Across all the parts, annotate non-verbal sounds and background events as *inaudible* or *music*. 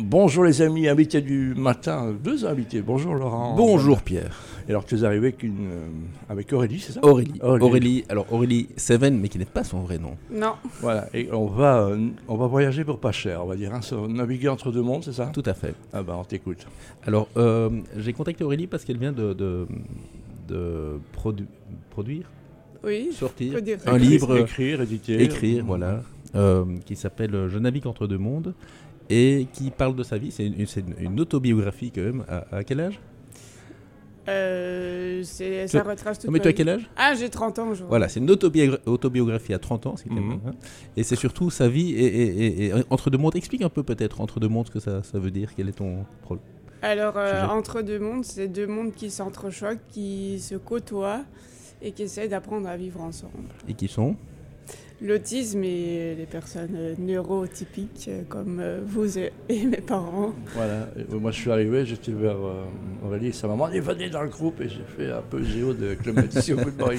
Bonjour les amis, invités du matin, deux invités. Bonjour Laurent. Bonjour Pierre. Et alors tu es arrivé avec, une, euh, avec Aurélie, c'est ça Aurélie. Aurélie. Aurélie. alors Aurélie Seven, mais qui n'est pas son vrai nom. Non, Voilà, et on va, euh, on va voyager pour pas cher, on va dire. Hein, se- naviguer entre deux mondes, c'est ça Tout à fait. Ah bah on t'écoute. Alors, euh, j'ai contacté Aurélie parce qu'elle vient de, de, de produ- produire, oui. sortir Faut dire. un livre, écrire, Écrire, éditer. Mmh. voilà, euh, qui s'appelle euh, Je navigue entre deux mondes et qui parle de sa vie. C'est une, c'est une- une autobiographie quand même. À, à quel âge Euh, c'est- Tu as- ça retrace toute Non, mais tu ma as vie. quel âge Ah, j'ai 30 ans aujourd'hui. Voilà, c'est une autobiogra- autobiographie à 30 ans, c'est quand même, Mhm. hein. et c'est surtout sa vie et, et- et- et- entre deux mondes. Explique un peu peut-être entre deux mondes ce que ça, ça veut dire, quel est ton problème. Alors, euh, Sujet. entre deux mondes, c'est deux mondes qui s'entrechoquent, qui se côtoient et qui essaient d'apprendre à vivre ensemble. et qui sont L'autisme et les personnes euh, neurotypiques euh, comme euh, vous et et mes parents. Voilà, Et, euh, moi je suis arrivé, j'étais vers euh, Aurélie et sa maman, elle venez dans le groupe et j'ai fait un peu géo de Clémentis au bout de Marie.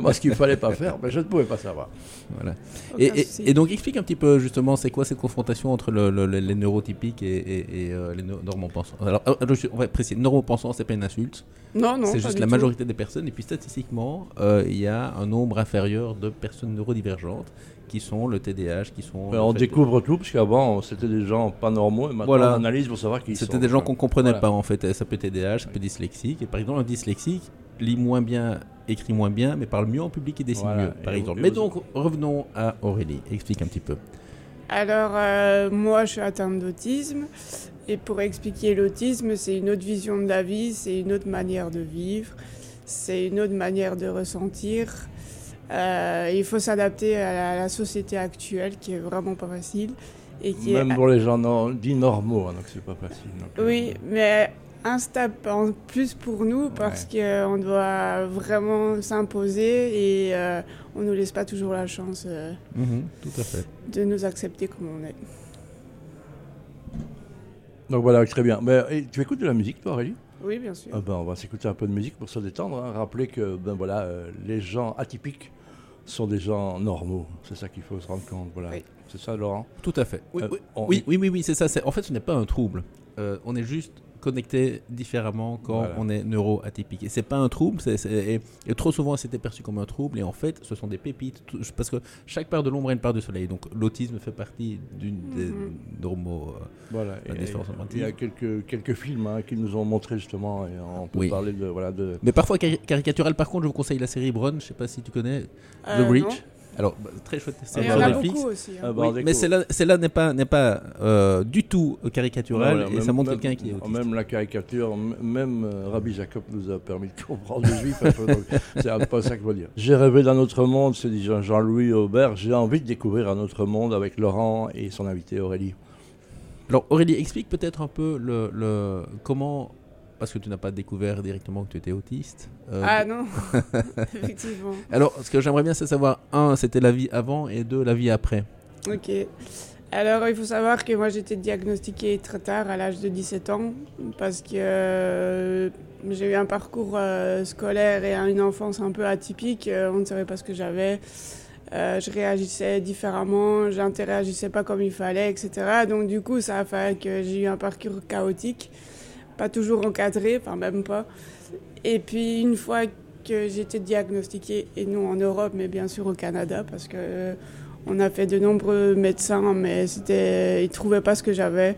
Moi ce qu'il fallait pas faire, mais je ne pouvais pas savoir. Voilà. Et, Aucun et- souci. et donc explique un petit peu justement c'est quoi cette confrontation entre le- le- le- les neurotypiques et, et- et, euh, les no- normopensants. Alors euh, je suis- on va être précis, normopensants c'est pas une insulte, Non, non, c'est pas juste du la tout. majorité des personnes et puis statistiquement euh, il y a un nombre inférieur de personnes neurodivergentes qui sont le TDAH, qui sont... Ouais, le on fait- euh, découvre tout, parce qu'avant, c'était des gens pas normaux, et maintenant Voilà. on analyse pour savoir qui ils sont. C'était des gens qu'on comprenait Voilà. pas en fait, ça peut être TDAH, ça peut être dyslexique et par exemple un dyslexique lit moins bien, écrit moins bien mais parle mieux en public et dessine Voilà. mieux par Et- exemple. et Mais aux- donc revenons à Aurélie, explique un petit peu. Alors, euh, moi, je suis atteinte d'autisme. Et pour expliquer l'autisme, c'est une autre vision de la vie, c'est une autre manière de vivre, c'est une autre manière de ressentir. Euh, il faut s'adapter à, la- à la société actuelle qui est vraiment pas facile. Et qui Même est, pour les gens non- dits normaux, hein, donc c'est pas facile. donc, euh, Oui, mais un step en plus pour nous parce qu'on doit vraiment s'imposer et euh, on ne nous laisse pas toujours la chance euh, Mm-hmm. tout à fait. de nous accepter comme on est. Donc voilà, très bien. Mais et tu écoutes de la musique, toi, Aurélie Oui, bien sûr. Ah ben, On va s'écouter un peu de musique pour se détendre. hein. Rappeler que ben, voilà, euh, les gens atypiques sont des gens normaux. C'est ça qu'il faut se rendre compte. Voilà. Oui. C'est ça, Laurent Tout à fait. Oui, Euh, oui, on- oui, oui, oui, oui, c'est ça. c'est- En fait, ce n'est pas un trouble. Euh, on est juste connecté différemment quand Voilà. on est neuroatypique. Et c'est pas un trouble. c'est- c'est- et, et trop souvent, c'était perçu comme un trouble. Et en fait, ce sont des pépites. Tout- parce que chaque part de l'ombre a une part du soleil. Donc, l'autisme fait partie d'une des Mhm. normaux. euh. Voilà. La Et- différence et- entre Il y a quelques, quelques films hein, qui nous ont montré justement, et on peut Oui. parler de. Voilà, de... Mais parfois cari- caricatural. Par contre, je vous conseille la série Bron. Je sais pas si tu connais Euh, The non. Bridge. Alors, bah, très chouette Mais série Il y bah, sur en a Netflix. beaucoup aussi. hein. Ah, bah, Oui, on mais découvre. celle-là, celle-là n'est pas, n'est pas euh, du tout caricaturale Voilà, et ça même- montre même- quelqu'un qui est autiste. Même la caricature, m- même euh, Rabbi Jacob nous a permis de comprendre le juif. un peu, donc *laughs* c'est un peu ça que je veux dire. J'ai rêvé d'un autre monde, se dit Jean- Jean-Louis Aubert. J'ai envie de découvrir un autre monde avec Laurent et son invité Aurélie. Alors Aurélie, explique peut-être un peu le, le- comment, parce que tu n'as pas découvert directement que tu étais autiste. euh, Ah non, *laughs* effectivement. alors ce que j'aimerais bien c'est savoir, un, c'était la vie avant et deux, la vie après. Ok. Alors, il faut savoir que moi, j'étais diagnostiquée très tard, à l'âge de 17 ans, parce que euh, j'ai eu un parcours euh, scolaire et une enfance un peu atypique. Euh, on ne savait pas ce que j'avais. Euh, je réagissais différemment, j'interagissais pas comme il fallait, etc. Donc, du coup, ça a fait que j'ai eu un parcours chaotique, pas toujours encadré, enfin, même pas. Et puis, une fois que j'étais diagnostiquée, et non en Europe, mais bien sûr au Canada, parce que. euh, on a fait de nombreux médecins, mais c'était, ils trouvaient pas ce que j'avais.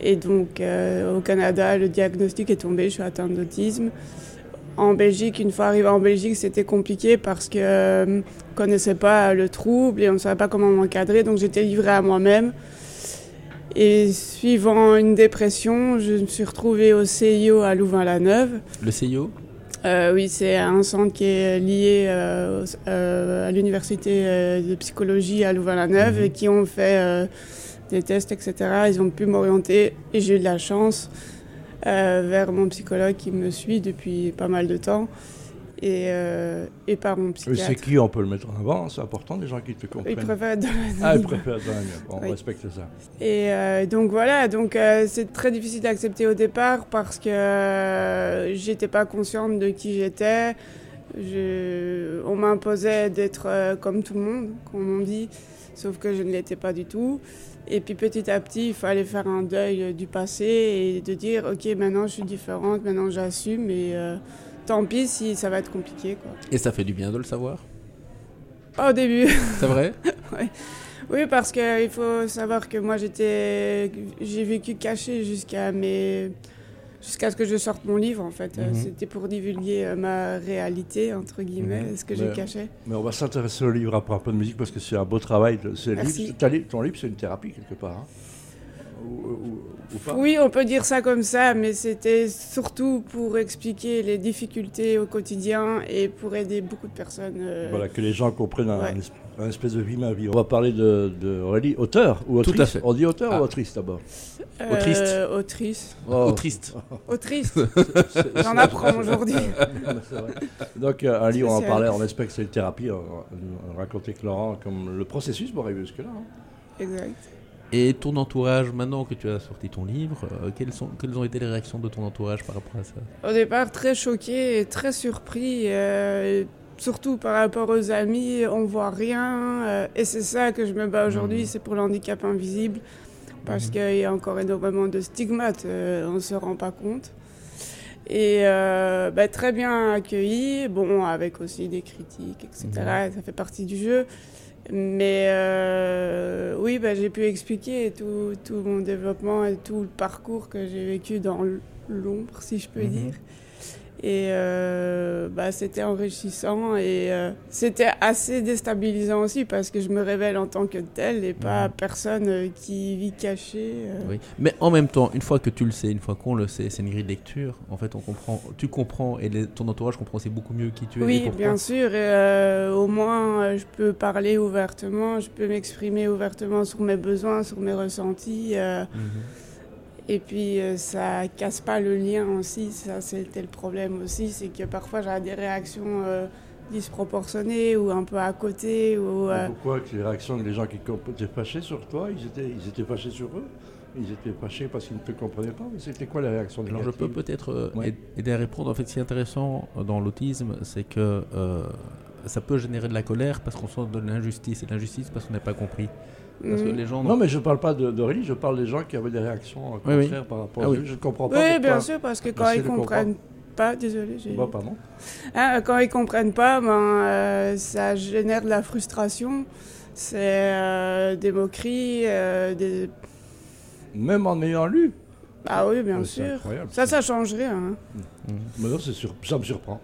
Et donc, euh, au Canada, le diagnostic est tombé, je suis atteinte d'autisme. En Belgique, une fois arrivée en Belgique, c'était compliqué parce que euh, on connaissait pas le trouble et on ne savait pas comment m'encadrer, donc j'étais livrée à moi-même. Et suivant une dépression, je me suis retrouvée au CIO à Louvain-la-Neuve. Le CIO Euh, oui, c'est un centre qui est lié euh, au- euh, à l'université euh, de psychologie à Louvain-la-Neuve Mhm. et qui ont fait euh, des tests, etc. Ils ont pu m'orienter et j'ai eu de la chance euh, vers mon psychologue qui me suit depuis pas mal de temps et, euh, et par mon Et C'est psychiatre. qui on peut le mettre en avant C'est important des gens qui te Il comprennent. préfère être dans ah, ils l'anonymat. préfèrent être anonymes. On Oui. respecte ça. Et euh, donc voilà, donc euh, c'est très difficile d'accepter au départ parce que euh, j'étais pas consciente de qui j'étais. Je, on m'imposait d'être euh, comme tout le monde, comme on dit, sauf que je ne l'étais pas du tout. Et puis petit à petit, il fallait faire un deuil euh, du passé et de dire, ok, maintenant je suis différente, maintenant j'assume et euh, tant pis si ça va être compliqué. Quoi. Et ça fait du bien de le savoir. Pas au début. C'est vrai oui, parce qu'il faut savoir que moi j'étais, j'ai vécu cachée jusqu'à mes, jusqu'à ce que je sorte mon livre en fait. Euh, Mhm. C'était pour divulguer euh, ma réalité entre guillemets, Mhm. ce que j'ai Ouais. caché. Mais on va s'intéresser au livre après un peu de musique parce que c'est un beau travail. C'est Merci. libre. Ta li- ton livre, c'est une thérapie quelque part. hein. Ou, ou- ou pas Oui, on peut dire ça comme ça, mais c'était surtout pour expliquer les difficultés au quotidien et pour aider beaucoup de personnes. euh, Voilà, que les gens comprennent un, Ouais. un espèce de vie ma vie. On va parler de, de Aurélie, auteur ou autrice. à fait. On dit auteur Ah. ou autrice d'abord euh, Autriste. Autrice. Oh, Ou triste *laughs* Autrice. c'est- c'est- J'en apprends *laughs* aujourd'hui. c'est vrai. Donc, euh, un livre, on en C'est- parlait, on espère que c'est une thérapie. On, on racontait que Laurent, comme le processus pour arriver jusque-là. hein. Exact. Et ton entourage, maintenant que tu as sorti ton livre, euh, quelles, sont, quelles ont été les réactions de ton entourage par rapport à ça Au départ, très choqué et très surpris. euh, et Surtout par rapport aux amis, on voit rien. euh, et c'est ça que je me bats aujourd'hui, Mhm. c'est pour l'handicap invisible. Parce qu'il y a encore énormément de stigmates, euh, on ne se rend pas compte. Et euh, bah, très bien accueilli, bon, avec aussi des critiques, etc. Ça fait partie du jeu. Mais euh, oui, bah, j'ai pu expliquer tout, tout mon développement et tout le parcours que j'ai vécu dans l- l'ombre, si je peux Mhm. dire. Et euh, bah, c'était enrichissant et euh, c'était assez déstabilisant aussi parce que je me révèle en tant que telle et pas Mhm. personne euh, qui vit cachée. euh. Oui. Mais en même temps, une fois que tu le sais, une fois qu'on le sait, c'est une grille de lecture. En fait, on comprend, tu comprends et les- ton entourage comprend c'est beaucoup mieux qui tu es. et Oui, pourquoi. bien sûr. et, euh, au moins, euh, je peux parler ouvertement, je peux m'exprimer ouvertement sur mes besoins, sur mes ressentis. euh, Mhm. et puis, euh, ça casse pas le lien aussi. Ça, c'était le problème aussi, c'est que parfois j'avais des réactions euh, disproportionnées ou un peu à côté ou. euh, Pourquoi que les réactions des gens qui comp- étaient fâchés sur toi, ils étaient, ils étaient fâchés sur eux Ils étaient fâchés parce qu'ils ne te comprenaient pas Mais C'était quoi la réaction des Alors je peux peut-être euh, Ouais. aid- aider à répondre. En fait, ce qui est intéressant euh, dans l'autisme, c'est que euh, ça peut générer de la colère parce qu'on sent de l'injustice. Et l'injustice parce qu'on n'a pas compris. Parce que mm. les gens n'ont- Mmh. Non, mais je ne parle pas de- d'Aurélie, je parle des gens qui avaient des réactions euh, Oui, oui. contraires par rapport Ah à oui. Je ne comprends pas Oui, pourquoi. bien sûr, parce que quand J'essaie ils de comprendre. comprennent pas, désolé, j'ai. Bah, pardon. Hein, quand ils comprennent pas, ben, euh, ça génère de la frustration. C'est euh, des moqueries, euh, des... Même en ayant lu. Ah oui, bien Ouais, c'est sûr. incroyable. Ça, ça change rien. hein. Mais non, c'est sur- ça me surprend.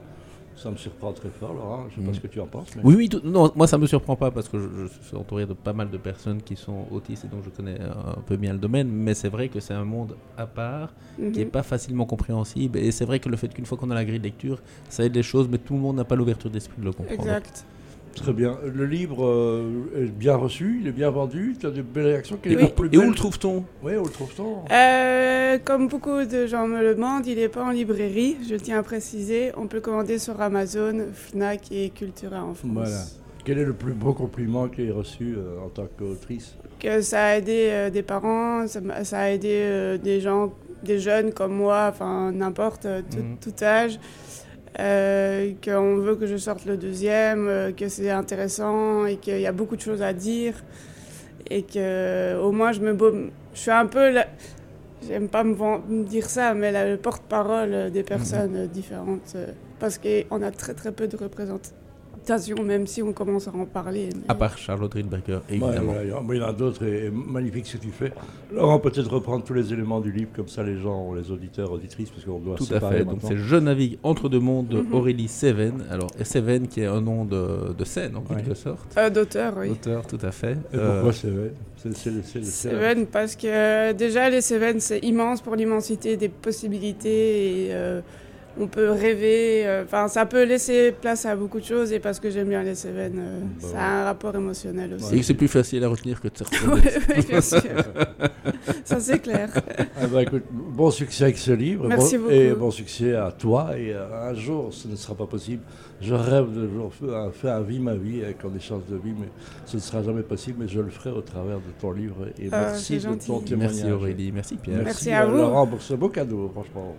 Ça me surprend très fort, Laurent. Je ne sais Mm. pas ce que tu en penses. Mais... Oui, oui, tout- non, moi ça me surprend pas parce que je, je suis entouré de pas mal de personnes qui sont autistes et donc je connais euh, un peu bien le domaine, mais c'est vrai que c'est un monde à part Mmh. qui est Mhm. pas facilement compréhensible et c'est vrai que le fait qu'une fois qu'on a la grille de lecture, ça aide les choses, mais tout le monde n'a pas l'ouverture d'esprit de le comprendre. Exact. Très bien. Le livre euh, est bien reçu, il est bien vendu. Tu as de belles réactions. Quelle Et, est la plus et où belle- le trouve-t-on Oui, où le trouve-t-on Euh, comme beaucoup de gens me le demandent, il n'est pas en librairie. Je tiens à préciser, on peut commander sur Amazon, Fnac et Cultura en France. Voilà. Quel est le plus beau compliment que tu aies reçu euh, en tant qu'autrice Que ça a aidé euh, des parents, ça, m'a- ça a aidé euh, des gens, des jeunes comme moi, enfin n'importe, euh, tout, Mhm. tout âge. Euh, qu'on veut que je sorte le deuxième, euh, que c'est intéressant et qu'il y a beaucoup de choses à dire. Et que au moins je me. baume- Je suis un peu. la- J'aime pas me, van- me dire ça, mais la, le porte-parole euh, des personnes euh, différentes. euh, parce qu'on a très très peu de représentation, même si on commence à en parler. mais- À part Charlotte Rydberger, Ouais, évidemment. voilà, il y en- mais il y en a d'autres et, et magnifique ce que tu fais. Laurent, peut-être reprendre tous les éléments du livre, comme ça les gens, les auditeurs, auditrices, parce qu'on doit Tout à séparer fait. Donc maintenant. c'est Je navigue entre deux mondes de Mhm. Aurélie Seven. Alors et Seven qui est un nom de, de scène en Ouais. quelque sorte. Euh, D'auteur, oui. Auteur, tout à fait. Et Euh, pourquoi c'est vrai C'est- c'est- c'est- c'est- Seven, parce que euh, déjà les Seven, c'est immense pour l'immensité des possibilités et euh, on peut rêver. euh, Enfin, ça peut laisser place à beaucoup de choses et parce que j'aime bien les Seven, euh, Bah ça a un rapport émotionnel aussi. *laughs* et que c'est plus facile à retenir que de sortir. Oui, oui, bien sûr. ça c'est clair. Ah bah, écoute, bon succès avec ce livre. Merci bon, beaucoup. Et bon succès à toi. Et euh, un jour, ce ne sera pas possible. Je rêve de jour faire un, faire un vie ma vie avec un échange de vie, mais ce ne sera jamais possible. Mais je le ferai au travers de ton livre. Et Ah, merci c'est de ton gentil. témoignage. Merci Aurélie, merci Pierre. Merci à vous. Laurent pour ce beau cadeau, franchement.